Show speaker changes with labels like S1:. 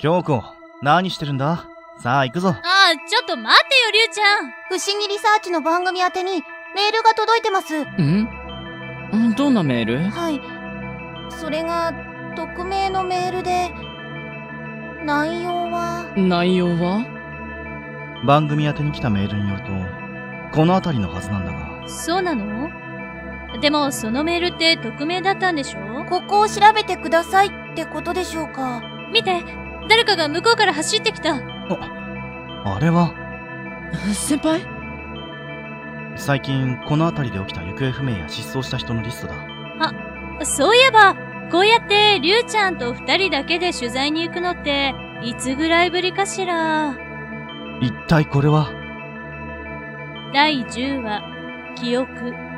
S1: 京子、何してるんださあ行くぞ。
S2: ああ、ちょっと待ってよ、りゅうちゃん。
S3: 不思議リサーチの番組宛てにメールが届いてます。
S4: んどんなメール
S3: はい。それが、匿名のメールで、内容は、
S4: 内容は
S1: 番組宛てに来たメールによると、この辺りのはずなんだが、
S2: そうなのでも、そのメールって匿名だったんでしょ
S3: ここを調べてくださいってことでしょうか。
S2: 見て、誰かが向こうから走ってきた。
S1: あれは、
S4: 先輩
S1: 最近この辺りで起きた行方不明や失踪した人のリストだ。
S2: そういえば、こうやって、りゅうちゃんと二人だけで取材に行くのって、いつぐらいぶりかしら。
S1: 一体これは、
S2: 第10話、記憶。